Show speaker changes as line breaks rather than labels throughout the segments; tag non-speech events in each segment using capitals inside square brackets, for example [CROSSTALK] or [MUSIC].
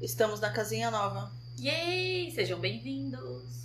Estamos na casinha nova.
Yay! Sejam bem-vindos!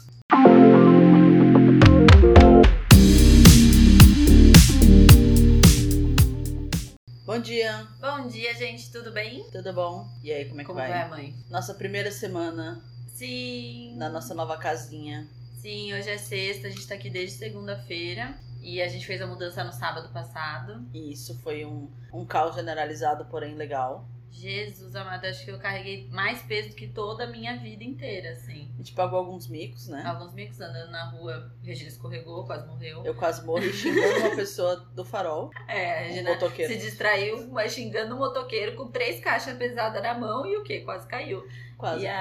Bom dia,
Bom dia, gente, tudo bem?
tudo bom? E aí, como é que
Como
vai?
vai, mãe?
Nossa primeira semana
Sim.
na nossa nova casinha.
Sim, hoje é sexta, a gente tá aqui desde segunda-feira e a gente fez a mudança no sábado passado.
E isso foi um, um caos generalizado, porém legal.
Jesus amado, acho que eu carreguei mais peso do que toda a minha vida inteira, assim.
A gente pagou alguns micos, né?
Alguns micos andando na rua, Regina escorregou, quase morreu.
Eu quase morri xingando uma pessoa do farol,
É, a
um
Regina se
motoqueiro.
distraiu, mas xingando o motoqueiro com três caixas pesadas na mão e o quê? Quase caiu.
Quase. né?
E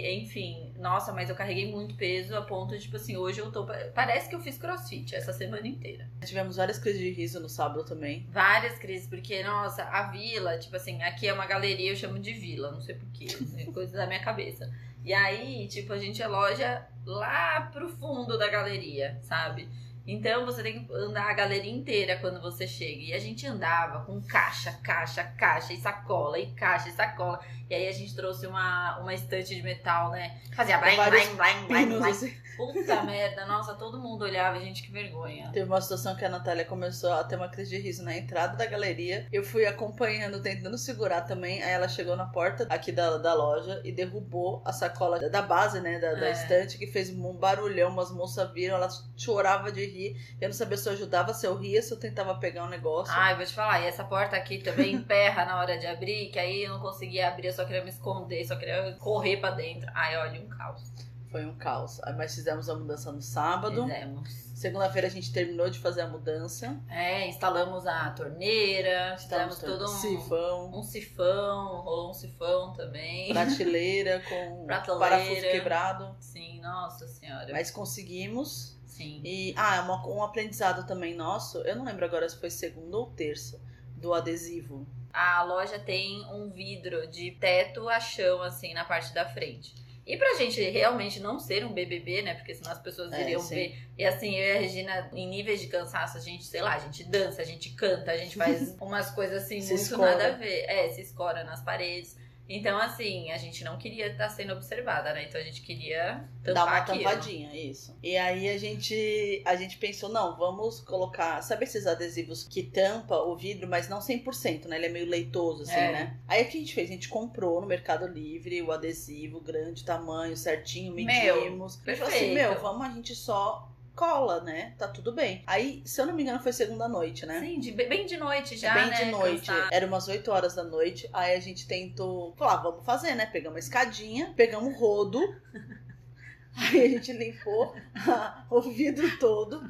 aí, enfim, nossa, mas eu carreguei muito peso a ponto de, tipo assim, hoje eu tô. Parece que eu fiz crossfit essa semana inteira.
Tivemos várias crises de riso no sábado também.
Várias crises, porque, nossa, a vila, tipo assim, aqui é uma galeria, eu chamo de vila, não sei porquê,
[LAUGHS]
é coisa da minha cabeça. E aí, tipo, a gente loja lá pro fundo da galeria, sabe? Então você tem que andar a galeria inteira quando você chega. E a gente andava com caixa, caixa, caixa e sacola, e caixa e sacola. E aí a gente trouxe uma, uma estante de metal, né? Fazia bling,
vários
bling, bling, bling,
Pinos,
bling.
assim.
Puta merda, nossa, todo mundo olhava, gente, que vergonha.
Teve uma situação que a Natália começou a ter uma crise de riso na entrada da galeria. Eu fui acompanhando, tentando segurar também. Aí ela chegou na porta aqui da, da loja e derrubou a sacola da base, né? Da, da
É.
estante, que fez um barulhão. Umas moças viram, ela chorava de rir. Eu não sabia se eu ajudava, se eu ria, se eu tentava pegar um negócio.
Ai, vou te falar, e essa porta aqui também emperra na hora de abrir, que aí eu não conseguia abrir, eu só queria me esconder, só queria correr pra dentro. Ai, olha, um caos.
Foi um caos. Aí, Mas fizemos a mudança no sábado.
Fizemos.
Segunda-feira a gente terminou de fazer a mudança.
É, instalamos a torneira, fizemos
todo
todo um sifão.
sifão,
[LAUGHS] um sifão, rolou um sifão também.
prateleira com
Prateleira.
parafuso quebrado.
Sim, nossa senhora.
Mas conseguimos.
Sim.
E, ah, uma- um aprendizado também nosso, eu não lembro agora se foi segunda ou terça, do adesivo.
A loja tem um vidro de teto a chão, assim, na parte da frente. E pra gente realmente não ser um BBB, né? Porque senão as pessoas
É,
iriam
sim.
ver. E assim, eu e a Regina, em níveis de cansaço, a gente, sei lá, a gente dança, a gente canta, a
[LAUGHS]
gente faz umas coisas assim,
Se
muito
escora.
nada a ver. É, se escora nas paredes. Então, assim, a gente não queria estar sendo observada, né? Então a gente queria
Dá
tampar
uma
aquilo.
tampadinha, isso. E aí a gente, a gente pensou, não, vamos colocar, sabe esses adesivos que tampa o vidro, mas não 100%, né? Ele é meio leitoso, assim,
É.
né? Aí o que a gente fez? A gente comprou no Mercado Livre o adesivo, grande, tamanho, certinho,
Meu,
medimos. A gente falou assim,
perfeito.
meu, vamos, a gente só cola, né? Tá tudo bem. Aí, se eu não me engano, foi segunda noite, né? É
Sim, de- bem de noite já,
bem de
né?
noite.
cansado.
Era umas 8 horas da noite. Aí a gente tentou. Falar, vamos fazer, né? Pegamos uma escadinha, pegamos um rodo. [LAUGHS] aí a gente limpou [LAUGHS] a- o vidro todo.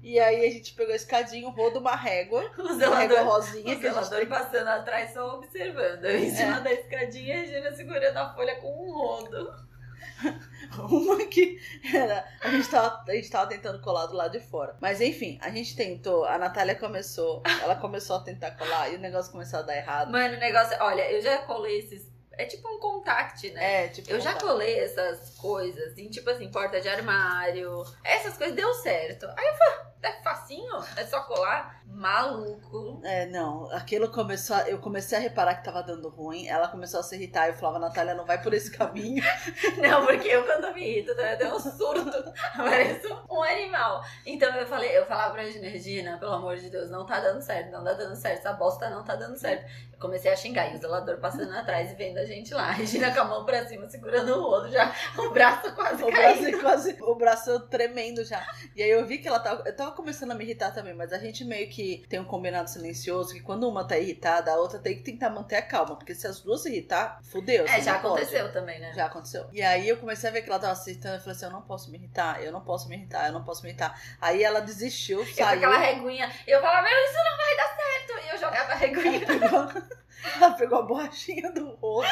E aí a gente pegou a escadinha, o rodo, uma régua.
[LAUGHS] O
Uma régua
zelador
rosinha
O
que a gente
zelador passando atrás só observando. Eu Em cima da escadinha, a Regina segurando a folha com um rodo.
[LAUGHS] Uma que era. A gente, tava, a gente tava tentando colar do lado de fora. Mas enfim, a gente tentou. A Natália começou. Ela começou a tentar colar e o negócio começou a dar errado.
Mano, o negócio... Olha, eu já colei esses... É tipo um contact, né?
É, tipo.
Eu já
tá.
colei essas coisas, assim, tipo assim, porta de armário, essas coisas deu certo. Aí eu falei, é facinho, é só colar. Maluco.
É, não, aquilo começou. a- eu comecei a reparar que tava dando ruim, ela começou a se irritar. Eu falava, Natália, não vai por esse caminho. [LAUGHS]
[LAUGHS] Não, porque eu quando me irrito, eu tenho um surto, [LAUGHS] pareço um animal. Então eu falei, eu falava pra Regina, Regina, pelo amor de Deus, não tá dando certo, não tá dando certo, essa bosta não tá dando certo. Eu comecei a xingar, e o zelador passando atrás e vendo a gente lá. A Regina com a mão pra cima, segurando o rodo, já [LAUGHS] o braço quase
O
caindo.
braço, é quase, o braço é tremendo já. E aí eu vi que ela tava. Eu tava começando a me irritar também, mas a gente meio que tem um combinado silencioso que quando uma tá irritada, a outra tem que tentar manter a calma. Porque se as duas se irritar, fudeu.
É,
você
já
não pode.
aconteceu também, né?
Já aconteceu. E aí eu comecei a ver que ela tava se irritando. Eu falei assim: eu não posso me irritar, eu não posso me irritar, eu não posso me irritar. Aí ela desistiu,
Eu com
saiu.
aquela reguinha, eu falava, meu, isso não vai dar certo. E eu jogava a reguinha.
Ela pegou, [LAUGHS] ela pegou a borrachinha do rodo.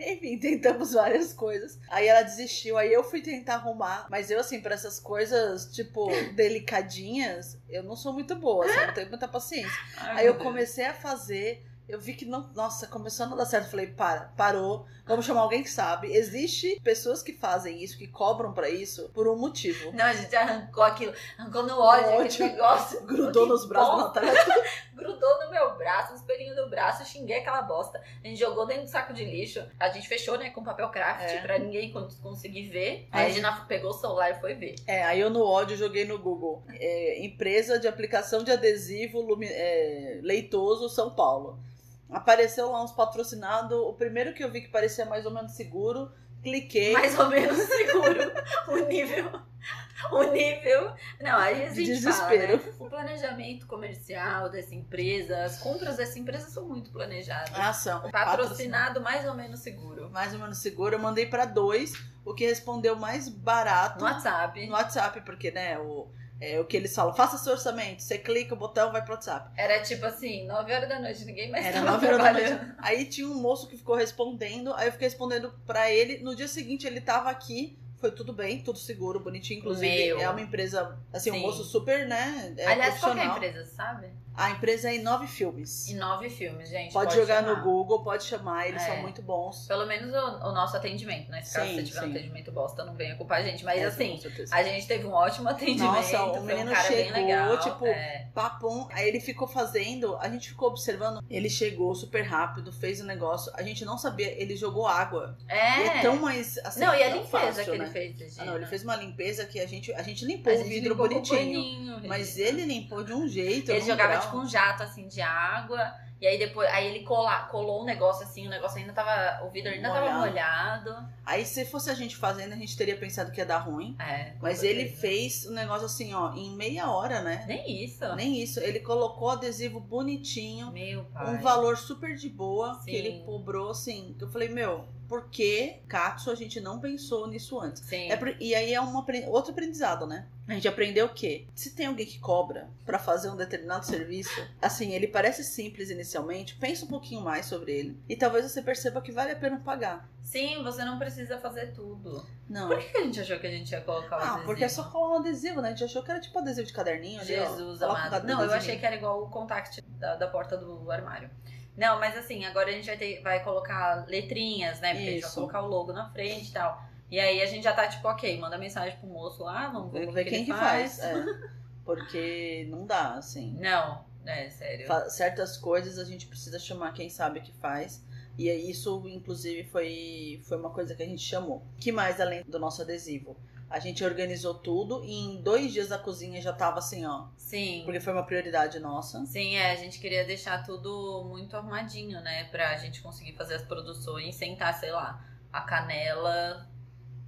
Enfim, tentamos várias coisas. Aí ela desistiu, aí eu fui tentar arrumar. Mas eu, assim, pra essas coisas, tipo, delicadinhas, eu não sou muito boa, assim, eu não tenho muita paciência.
Ai,
Aí
meu
eu
Deus.
comecei a fazer. Eu vi que não. Nossa, começou a não dar certo. Falei, para, parou. Vamos chamar alguém que sabe. Existe pessoas que fazem isso, que cobram pra isso, por um motivo.
Não, a gente arrancou aquilo, arrancou no ódio,
No ódio.
aquele negócio.
Grudou
Que
nos braços da
bosta.
Natália.
Grudou no meu braço, no espelhinho do braço, eu xinguei aquela bosta. A gente jogou dentro do saco de lixo. A gente fechou, né, com papel craft
É.
pra ninguém con- conseguir ver.
Aí-
Aí a Gina pegou o celular e foi ver.
É, aí eu no ódio joguei no Google. É, empresa de aplicação de adesivo lumi- é, leitoso São Paulo. Apareceu lá uns patrocinados. O primeiro que eu vi que parecia mais ou menos seguro, cliquei.
Mais ou menos seguro [LAUGHS] o nível. O nível. Não, aí a
De
gente
desespero.
fala, né? O planejamento comercial dessa empresa, as compras dessa empresa são muito planejadas. Um
Ah, são.
Patrocinado mais ou menos seguro.
Mais ou menos seguro. Eu mandei pra dois, o que respondeu mais barato
No WhatsApp.
no WhatsApp, porque, né, o, é, o que eles falam, faça seu orçamento, você clica o botão, vai pro WhatsApp.
Era tipo assim, 9 horas da noite, ninguém mais
Era
tava
nove horas da
trabalhando.
noite. Aí tinha um moço que ficou respondendo, aí eu fiquei respondendo pra ele. No dia seguinte ele tava aqui, foi tudo bem, tudo seguro, bonitinho. Inclusive,
Meu.
é uma empresa, assim, um
Sim.
moço super, né, é
Aliás, qual que é a
profissional.
empresa, sabe?
A empresa é em nove filmes.
E nove filmes, gente.
Pode, jogar
chamar.
no Google, pode chamar, eles
É.
são muito bons.
Pelo menos o, o nosso atendimento, né? Se caso
Sim,
você tiver um
sim.
atendimento bosta, não venha culpar a gente. Mas
É,
assim,
com certeza.
a gente teve um ótimo atendimento.
Nossa, o
foi um
menino
cara
chegou,
bem legal.
tipo,
é.
Papum, aí ele ficou fazendo, a gente ficou observando. Ele chegou super rápido, fez o negócio. A gente não sabia, ele jogou água.
é.
E é tão mais assim.
não, e a
tão
limpeza
fácil,
que ele
né?
fez, gente.
Ah, não, ele fez uma limpeza que a gente, a gente
A
limpou o
gente
vidro
limpou com
bonitinho.
paninho,
Mas
gente.
ele limpou de um jeito.
Ele
num
jogava
grau.
tipo um jato assim de água. E aí depois, aí ele cola, colou um negócio assim, o negócio ainda tava, o vidro ainda tava molhado.
Aí se fosse a gente fazendo, a gente teria pensado que ia dar ruim.
É, com
Mas ele
certeza.
fez o negócio assim, ó, em meia hora, né?
Nem isso.
Nem isso. Ele colocou adesivo bonitinho.
Meu pai.
um valor super de boa que
Sim.
ele cobrou assim. que Eu falei, meu, por que Katsu a gente não pensou nisso antes?
Sim.
É por- e aí é uma, apre- outro aprendizado, né? A gente aprendeu o quê? Se tem alguém que cobra pra fazer um determinado serviço, assim, ele parece simples inicialmente, pensa um pouquinho mais sobre ele e talvez você perceba que vale a pena pagar.
Sim, você não precisa fazer tudo.
Não.
Por que que a gente achou que a gente ia colocar o
Ah,
adesivo?
porque é só colar um adesivo, né? A gente achou que era tipo adesivo de caderninho ali, ó.
Jesus
Coloca um
amado.
caderninho.
Não, eu achei que era igual o contact da, da porta do armário. Não, mas assim, agora a gente vai, ter, vai colocar letrinhas, né? Porque a gente vai
Isso.
colocar o logo na frente e tal. E aí a gente já tá tipo, ok, manda mensagem pro moço lá, vamos ver, o
Vamos
que
ver
que
quem
ele
que faz.
[LAUGHS]
é. Porque não dá, assim.
Não, é sério.
Fa- certas coisas a gente precisa chamar quem sabe que faz. E é isso, inclusive, foi, foi uma coisa que a gente chamou. que mais além do nosso adesivo? A gente organizou tudo e em dois dias a cozinha já tava assim, ó.
Sim.
Porque foi uma prioridade nossa.
Sim, é, a gente queria deixar tudo muito arrumadinho, né? Pra gente conseguir fazer as produções sem estar, sei lá, a canela.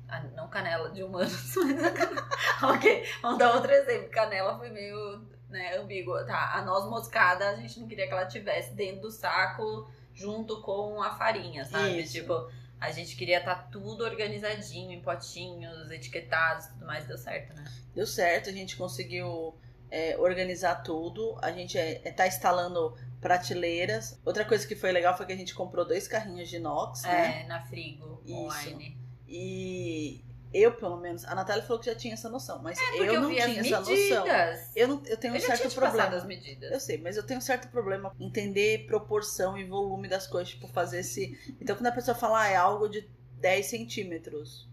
a- não canela de humanos, [LAUGHS] mas a canela. ok, vamos dar outro exemplo. Canela foi meio né, ambígua. Tá, a noz moscada a gente não queria que ela tivesse dentro do saco junto com a farinha, sabe?
Isso.
Tipo, a gente queria estar tudo organizadinho, em potinhos, etiquetados tudo mais, deu certo, né?
Deu certo, a gente conseguiu é, organizar tudo. A gente é, é, tá instalando prateleiras. Outra coisa que foi legal foi que a gente comprou dois carrinhos de inox, né?
É, na frigo,
Isso.
online.
E eu, pelo menos, a Natália falou que já tinha essa noção, mas
É, Porque
eu não
vi
tinha
as
essa noção.
medidas.
Eu, não, eu tenho um
Eu já
certo
tinha te passado as
problema.
medidas.
Eu sei, mas eu tenho um certo problema em entender proporção e volume das coisas. Tipo, fazer esse. Então, quando a pessoa fala, ah, é algo de 10 centímetros.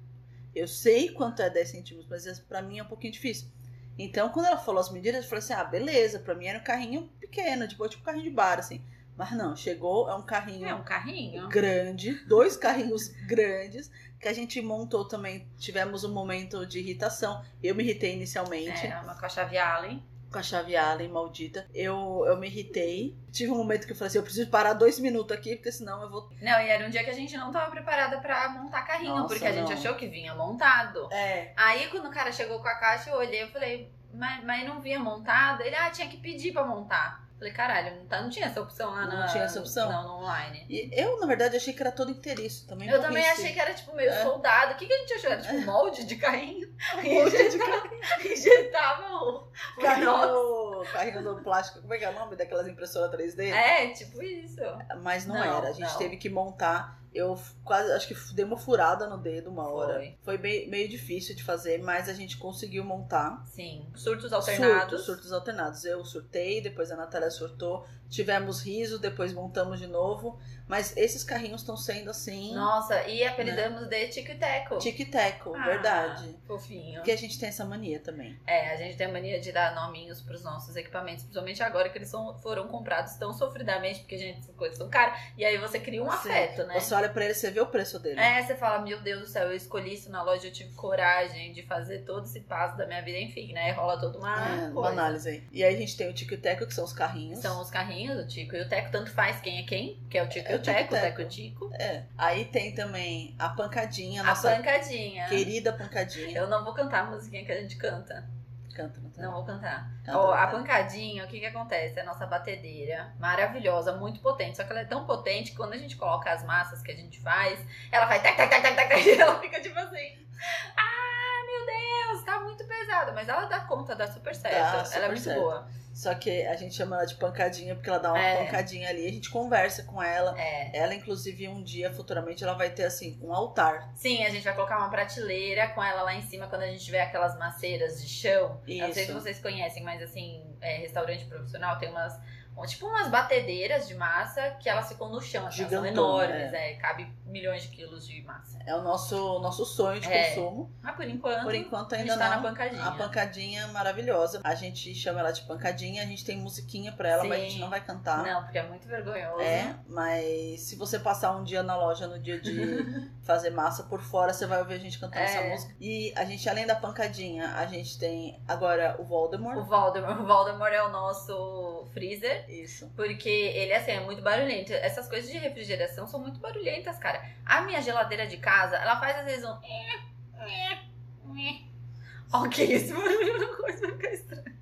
Eu sei quanto é 10 centímetros, mas isso pra mim é um pouquinho difícil. Então, quando ela falou as medidas, eu falei assim: ah, beleza, pra mim era um carrinho pequeno, tipo, tipo um carrinho de bar, assim. Mas não, chegou, é um carrinho
É um carrinho.
grande, dois carrinhos grandes, que a gente montou também. Tivemos um momento de irritação. Eu me irritei inicialmente
É, uma caixa Allen.
com a chave Allen maldita. Eu, eu me irritei. Tive um momento que eu falei assim: eu preciso parar dois minutos aqui, porque senão eu vou.
Não, e era um dia que a gente não tava preparada pra montar carrinho,
Nossa,
porque a gente
não.
achou que vinha montado.
É.
Aí quando o cara chegou com a caixa, eu olhei e falei, mas, mas não vinha montado? Ele, ah, tinha que pedir pra montar. Falei, caralho, não, tá, não tinha essa opção lá
Não
na-
tinha essa opção.
Não, no online.
E eu, na verdade, achei que era todo inteiriço também.
Eu também achei que era tipo meio
É. Um
soldado. O que, que a gente achou? Era tipo molde de
[LAUGHS]
carrinho.
Molde de
Injetava o, o inox.
Carrinho,
um
[LAUGHS] carrinho do plástico, como é que é o nome daquelas impressoras 3D?
É, tipo isso.
Mas não,
Não,
era, a gente
não.
teve que montar. Eu quase, acho que dei uma furada no dedo uma hora.
Foi.
Foi bem- meio difícil de fazer, mas a gente conseguiu montar.
Sim. Surtos alternados.
Surtos, surtos alternados. Eu surtei, depois a Natália surtou. Tivemos riso, depois montamos de novo. Mas esses carrinhos estão sendo assim,
Nossa, e apelidamos de Tico e Teco.
tic-teco,
Ah,
Né? verdade.
Fofinho.
Porque a gente tem essa mania também.
É, a gente tem a mania de dar nominhos pros nossos equipamentos, principalmente agora que eles são- foram comprados tão sofridamente, porque, gente, essas coisas são caras. E aí você cria um
Sim.
afeto, né?
Você olha pra ele, você vê o preço dele.
É, você fala, meu Deus do céu, eu escolhi isso na loja, eu tive coragem de fazer todo esse passo da minha vida, enfim, né? Rola toda uma,
É,
coisa.
uma análise aí. E aí a gente tem o tic-teco, que são os carrinhos.
São os carrinhos, o Tico e o Teco, tanto faz quem é quem, que é o Tico
É
e
o
o
Tico e
Teco, o
Teco.
Teco e o Tico.
É. Aí tem também a pancadinha, É a
A
nossa
pancadinha.
querida pancadinha.
Eu não vou cantar a musiquinha que a gente canta.
Canta, Natália.
Não vou cantar.
Canta,
Ó, a
Natália.
pancadinha, o que que acontece? É a nossa batedeira maravilhosa, muito potente. Só que ela é tão potente que quando a gente coloca as massas que a gente faz, ela vai tac, tac, tac, tac, tac, [LAUGHS] tac, e ela fica tipo assim. Ah, meu Deus, tá muito pesada. Mas ela dá conta, dá super certo.
Dá super
ela é muito
certo.
boa.
Só que a gente chama ela de pancadinha porque ela dá uma
É.
pancadinha ali. A gente conversa com ela.
É.
Ela, inclusive, um dia, futuramente, ela vai ter, assim, um altar.
Sim, a gente vai colocar uma prateleira com ela lá em cima quando a gente tiver aquelas maceiras de chão. Eu Não sei
Isso.
se vocês conhecem, mas assim, é, restaurante profissional tem umas. um- Tipo umas batedeiras de massa que elas ficam no chão, assim, elas são
Gigantona,
enormes, é. cabe milhões de quilos de massa.
É o nosso, nosso sonho de
É.
consumo.
Mas por enquanto,
Por enquanto,
a gente
ainda
tá
não.
na pancadinha.
A pancadinha é maravilhosa. A gente chama ela de pancadinha. A gente tem musiquinha pra ela, mas a
Sim.
gente não vai cantar.
Não, porque é muito vergonhoso.
tá. É, mas se você passar um dia na loja no dia
[LAUGHS]
de fazer massa por fora, você vai ouvir a gente cantando
É.
essa música. E a gente, além da pancadinha, a gente tem agora o Voldemort.
O Voldemort. O Voldemort é o nosso freezer.
Isso.
Porque ele, assim, é muito barulhento. Essas coisas de refrigeração são muito barulhentas, cara. A minha geladeira de casa, ela faz às vezes um.
[LAUGHS]
Ok, esse barulho não coisa vai ficar estranho.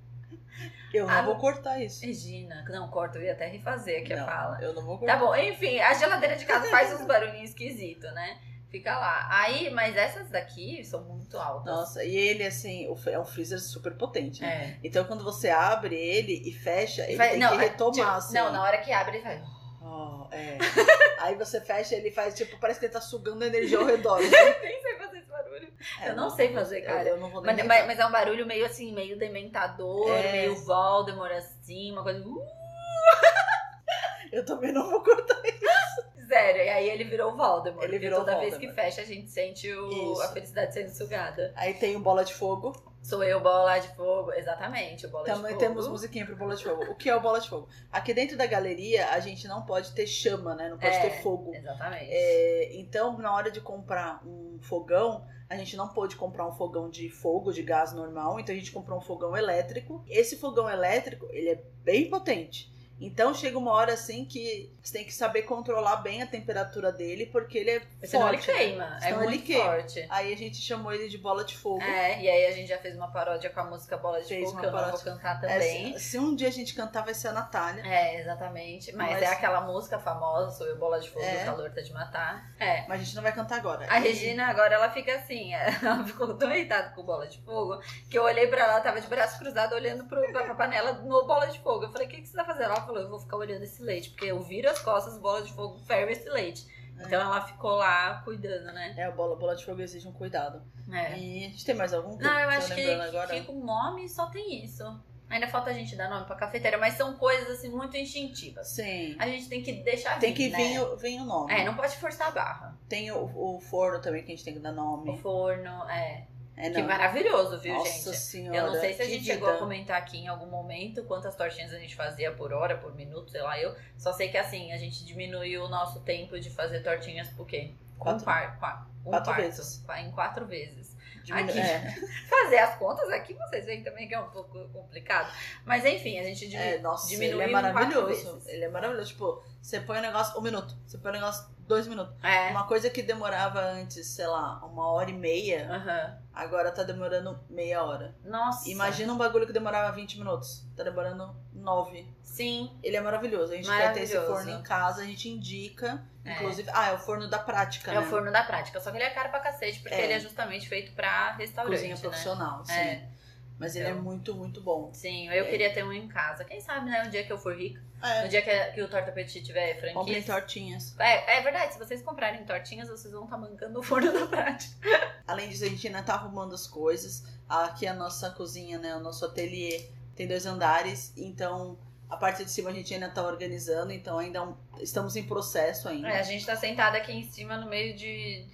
Eu não
Ah,
vou cortar isso.
Regina, não, corta, eu ia até refazer aqui a
Não,
fala.
Eu não vou cortar.
Tá bom, enfim, a geladeira de casa faz uns barulhinhos esquisitos, né? Fica lá. Aí, mas essas daqui são muito altas.
Nossa, e ele, assim, o- é um freezer super potente. né?
É.
Então, quando você abre ele e fecha, ele
Faz-
tem
não,
que
é,
retomar,
tipo,
assim.
Não, na hora que abre, ele [LAUGHS] faz.
Ó,
[LAUGHS]
é. Aí você fecha, ele faz, tipo, parece que ele tá sugando energia ao redor.
Nem sei fazer esse barulho.
É,
eu não sei fazer,
Eu,
cara.
eu não vou nem
Mas, mas- mas é um barulho meio assim, meio dementador,
É.
meio Voldemort assim, uma coisa. Uh,
Eu também não vou cortar.
sério, e aí ele virou o Voldemort.
Ele
porque
virou o
toda vez que
Voldemort.
fecha, a gente sente o-
Isso.
a felicidade sendo sugada.
Aí tem o Bola de Fogo.
Sou eu, bola de fogo. Exatamente, o bola
Também
de fogo.
temos musiquinha pro bola de fogo. O que é o bola de fogo? Aqui dentro da galeria a gente não pode ter chama, né? Não pode
É.
ter fogo.
Exatamente.
É, então, na hora de comprar um fogão, a gente não pôde comprar um fogão de fogo, de gás normal, então a gente comprou um fogão elétrico. Esse fogão elétrico, ele é bem potente. Então chega uma hora assim que você tem que saber controlar bem a temperatura dele, porque ele é
Senão ele
forte. né?
queima. É
Senão ele
muito
queima.
forte.
Aí a gente chamou ele de bola de fogo.
É, e aí a gente já fez uma paródia com a música Bola de
Fez
Fogo,
uma
que eu não vou
paródia.
cantar
É,
também.
se, se um dia a gente cantar, vai ser a Natália.
É, exatamente. Mas,
Mas-
é aquela música famosa, sou eu, bola de fogo,
É.
o calor tá de matar. É.
Mas a gente não vai cantar agora.
A
E-
Regina agora ela fica assim, [LAUGHS] ela ficou tão irritada com bola de fogo que eu olhei pra ela, ela tava de braço cruzado olhando pro, pra, pra panela no bola de fogo. Eu falei, o que, que você tá fazendo? Ela falou, eu vou ficar olhando esse leite, porque eu viro as costas, bola de fogo ferve esse leite. Então ela ficou lá cuidando, né?
É, a bola, bola de fogo exige um cuidado.
É.
E a gente tem mais algum?
Não, eu
Tô
acho que,
lembrando agora.
que com nome só tem isso. Ainda falta a gente dar nome pra cafeteira, mas são coisas assim muito instintivas.
Sim.
A gente tem que deixar
Tem que
né?
vir, o- vir o nome.
É, não pode forçar a barra.
Tem o, o forno também que a gente tem que dar
O
nome.
forno, é.
É,
Que
não.
maravilhoso, viu, gente?
Nossa senhora.
Eu não sei se a
que
gente
vida.
chegou a comentar aqui em algum momento quantas tortinhas a gente fazia por hora, por minuto, sei lá eu. Só sei que assim, a gente diminuiu o nosso tempo de fazer tortinhas por quê? Um
Quatro-
par, qua- um
quatro
quarto.
vezes.
Qua- Em quatro vezes.
Diminu-
aqui.
É,
Fazer as contas aqui, vocês veem também que é um pouco complicado. Mas enfim, a gente [LAUGHS] diminuiu.
é, nossa,
diminuiu
ele é
em quatro
maravilhoso.
vezes.
Ele é maravilhoso. Tipo, você põe o negócio um minuto, você põe o negócio dois minutos.
É.
Uma coisa que demorava antes, sei lá, uma hora e meia,
Aham.
agora tá demorando meia hora.
Nossa.
Imagina um bagulho que demorava 20 minutos, tá demorando nove.
Sim.
Ele é maravilhoso. A gente quer ter esse
Maravilhoso.
forno em casa, a gente indica.
É.
Inclusive, ah, é o forno da prática,
É o
né?
forno da prática. Só que ele é caro pra cacete, porque
É.
ele é justamente feito pra restaurante.
cozinha
né?
profissional, sim.
É.
Mas ele é
Eu-
muito, muito bom.
Sim, eu
É.
queria ter um em casa. Quem sabe, né? Um dia que eu for rica. No dia que, que o Torta Petit tiver
Comprem
franquia.
É, tortinhas.
É, é verdade, se vocês comprarem tortinhas, vocês vão estar mancando o forno da prática.
Além disso, a gente ainda tá arrumando as coisas. Aqui é a nossa cozinha, né? O nosso ateliê tem dois andares, então a parte de cima a gente ainda tá organizando, então ainda é um- estamos em processo ainda
É, a gente tá sentada aqui em cima no meio de.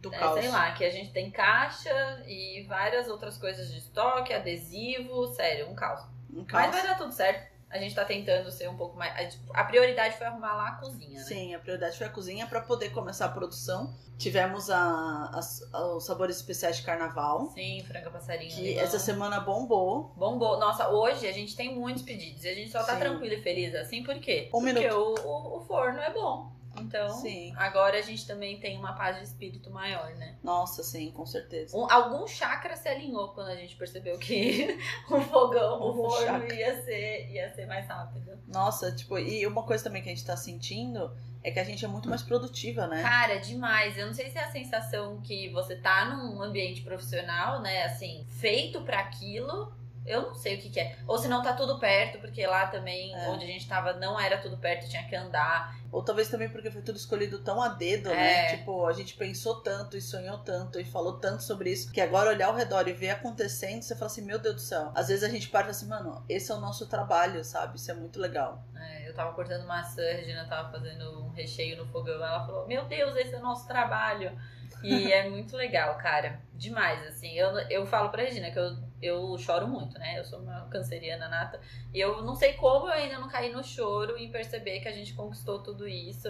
do
é,
caos.
sei lá, que a gente tem caixa e várias outras coisas de estoque, adesivo, sério, um caos.
Um
Mas
caos.
vai dar tudo certo. A gente tá tentando ser um pouco mais. A prioridade foi arrumar lá a cozinha, né?
Sim, a prioridade foi a cozinha para poder começar a produção. Tivemos a, as- os sabores especiais de carnaval,
Sim, frango passarinho.
que
limão.
essa semana bombou.
Bombou. Nossa, hoje a gente tem muitos pedidos. E a gente só tá
Sim.
tranquila e feliz assim, por quê?
Um
Porque
minuto.
o, o, o forno é bom. Então,
Sim.
agora a gente também tem uma paz de espírito maior, né?
Nossa, sim, com certeza.
Um, algum chakra se alinhou quando a gente percebeu que [LAUGHS] o fogão, o
Algum
forno
chakra.
ia ser, ia ser mais rápido.
Nossa, tipo, e uma coisa também que a gente tá sentindo é que a gente é muito mais produtiva, né?
Cara, demais. Eu não sei se é a sensação que você tá num ambiente profissional, né? Assim, feito pra aquilo. Eu não sei o que, que é. Ou se não tá tudo perto, porque lá também,
É.
onde a gente tava, não era tudo perto, tinha que andar.
Ou talvez também porque foi tudo escolhido tão a dedo,
É.
né? Tipo, a gente pensou tanto e sonhou tanto e falou tanto sobre isso que agora olhar ao redor e ver acontecendo, você fala assim, meu Deus do céu. Às vezes a gente para e fala assim, mano, esse é o nosso trabalho, sabe? Isso é muito legal.
É, eu tava cortando maçã, a Regina tava fazendo um recheio no fogão. Ela falou: Meu Deus, esse é o nosso trabalho. E é muito legal, cara. Demais, assim. Eu, eu falo pra Regina que eu, eu choro muito, né? Eu sou uma canceriana nata. E eu não sei como eu ainda não caí no choro em perceber que a gente conquistou tudo isso.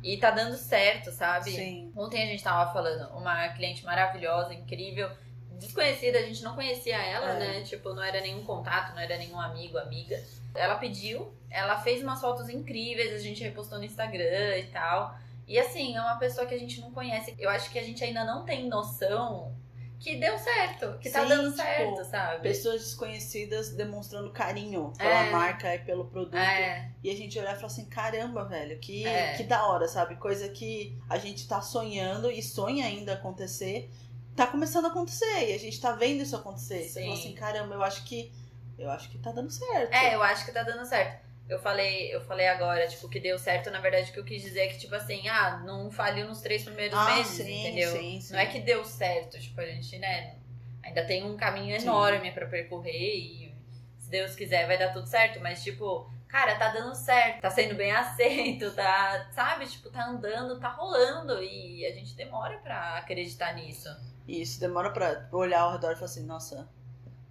E tá dando certo, sabe?
Sim.
Ontem a gente tava falando, uma cliente maravilhosa, incrível, desconhecida, a gente não conhecia ela,
É.
né? Tipo, não era nenhum contato, não era nenhum amigo, amiga. Ela pediu, ela fez umas fotos incríveis, a gente repostou no Instagram e tal. E assim, é uma pessoa que a gente não conhece. Eu acho que a gente ainda não tem noção que deu certo, que tá
Sim,
dando
tipo,
certo, sabe?
Pessoas desconhecidas demonstrando carinho pela
É.
marca e pelo produto.
É,
E a gente olhar e falar assim, caramba, velho, que,
É.
que da hora, sabe? Coisa que a gente tá sonhando e sonha ainda acontecer, tá começando a acontecer. E a gente tá vendo isso acontecer. Você
Sim.
fala assim, caramba, eu acho que. Eu acho que tá dando certo.
é, eu acho que tá dando certo. Eu falei, eu falei agora, tipo, que deu certo, na verdade, o que eu quis dizer é que, tipo assim, ah, não faliu nos três primeiros
ah,
meses,
sim,
entendeu?
sim, sim.
Não é que deu certo, tipo, a gente, né, ainda tem um caminho enorme pra percorrer e se Deus quiser vai dar tudo certo, mas tipo, cara, tá dando certo, tá sendo bem [LAUGHS] aceito, tá, sabe, tipo, tá andando, tá rolando e a gente demora pra acreditar nisso.
E isso demora pra olhar ao redor e falar assim, nossa,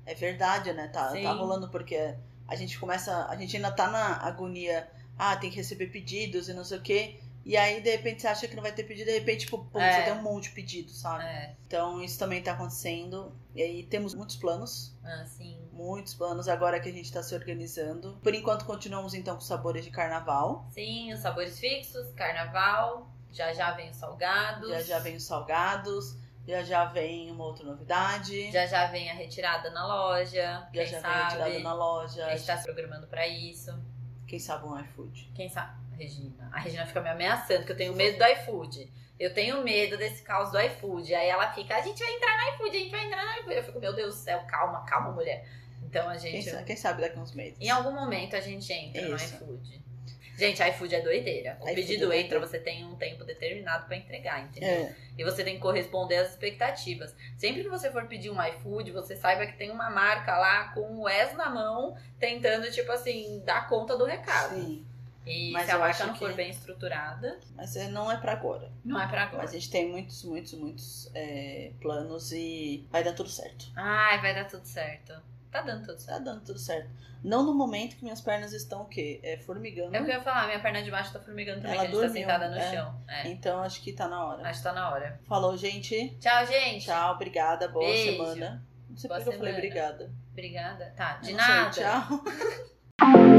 é verdade, né? Tá,
Sim.
tá rolando porque a gente começa. A gente ainda tá na agonia, ah, tem que receber pedidos e não sei o quê. E aí, de repente, você acha que não vai ter pedido, de repente, tipo, pô,
É.
você tem um monte de pedido, sabe?
É,
Então isso também tá acontecendo. E aí temos muitos planos.
assim,
Muitos planos agora que a gente tá se organizando. Por enquanto continuamos então com sabores de carnaval.
sim, os sabores fixos, carnaval, já já vem os salgados.
Já já vem os salgados. Já já vem uma outra novidade.
Já já vem a retirada na loja,
Já
quem
já vem
sabe?
retirado na loja.
A gente tá se programando pra isso.
Quem sabe um iFood.
Quem sabe? A Regina. A Regina fica me ameaçando, que eu tenho medo do iFood. Eu tenho medo desse caos do iFood. Aí ela fica, a gente vai entrar no iFood, a gente vai entrar no iFood. Eu fico, meu Deus do céu, calma, calma, mulher. Então a
Quem
gente.
sabe, quem sabe daqui a uns meses.
Em algum momento a gente entra no
Isso.
iFood. Gente, iFood é doideira. O
iFood
pedido
é
entra,
doideira.
você tem um tempo determinado pra entregar, entendeu?
É,
E você tem que corresponder às expectativas. Sempre que você for pedir um iFood, você saiba que tem uma marca lá com o S na mão, tentando, tipo assim, dar conta do recado.
sim.
E
Mas
se a
eu
marca
acho
não for
que-
bem estruturada,
Mas é, não é pra agora.
não é pra agora.
Mas a gente tem muitos, muitos, muitos é, planos e vai dar tudo certo.
Ai, vai dar tudo certo. Tá dando tudo certo.
Tá dando tudo certo. Não no momento que minhas pernas estão o quê? É, formigando.
É o que eu ia falar, minha perna de baixo tá formigando também,
Ela
que a gente tá
dormiu,
sentada no
é.
chão. É,
Então acho que tá na hora.
acho que tá na hora.
Falou, gente.
Tchau, gente.
Tchau, obrigada. Boa
Beijo.
semana. Não sei
Boa
porque eu falei
semana.
obrigada.
Obrigada. Tá, de
Eu não sei,
nada.
Tchau.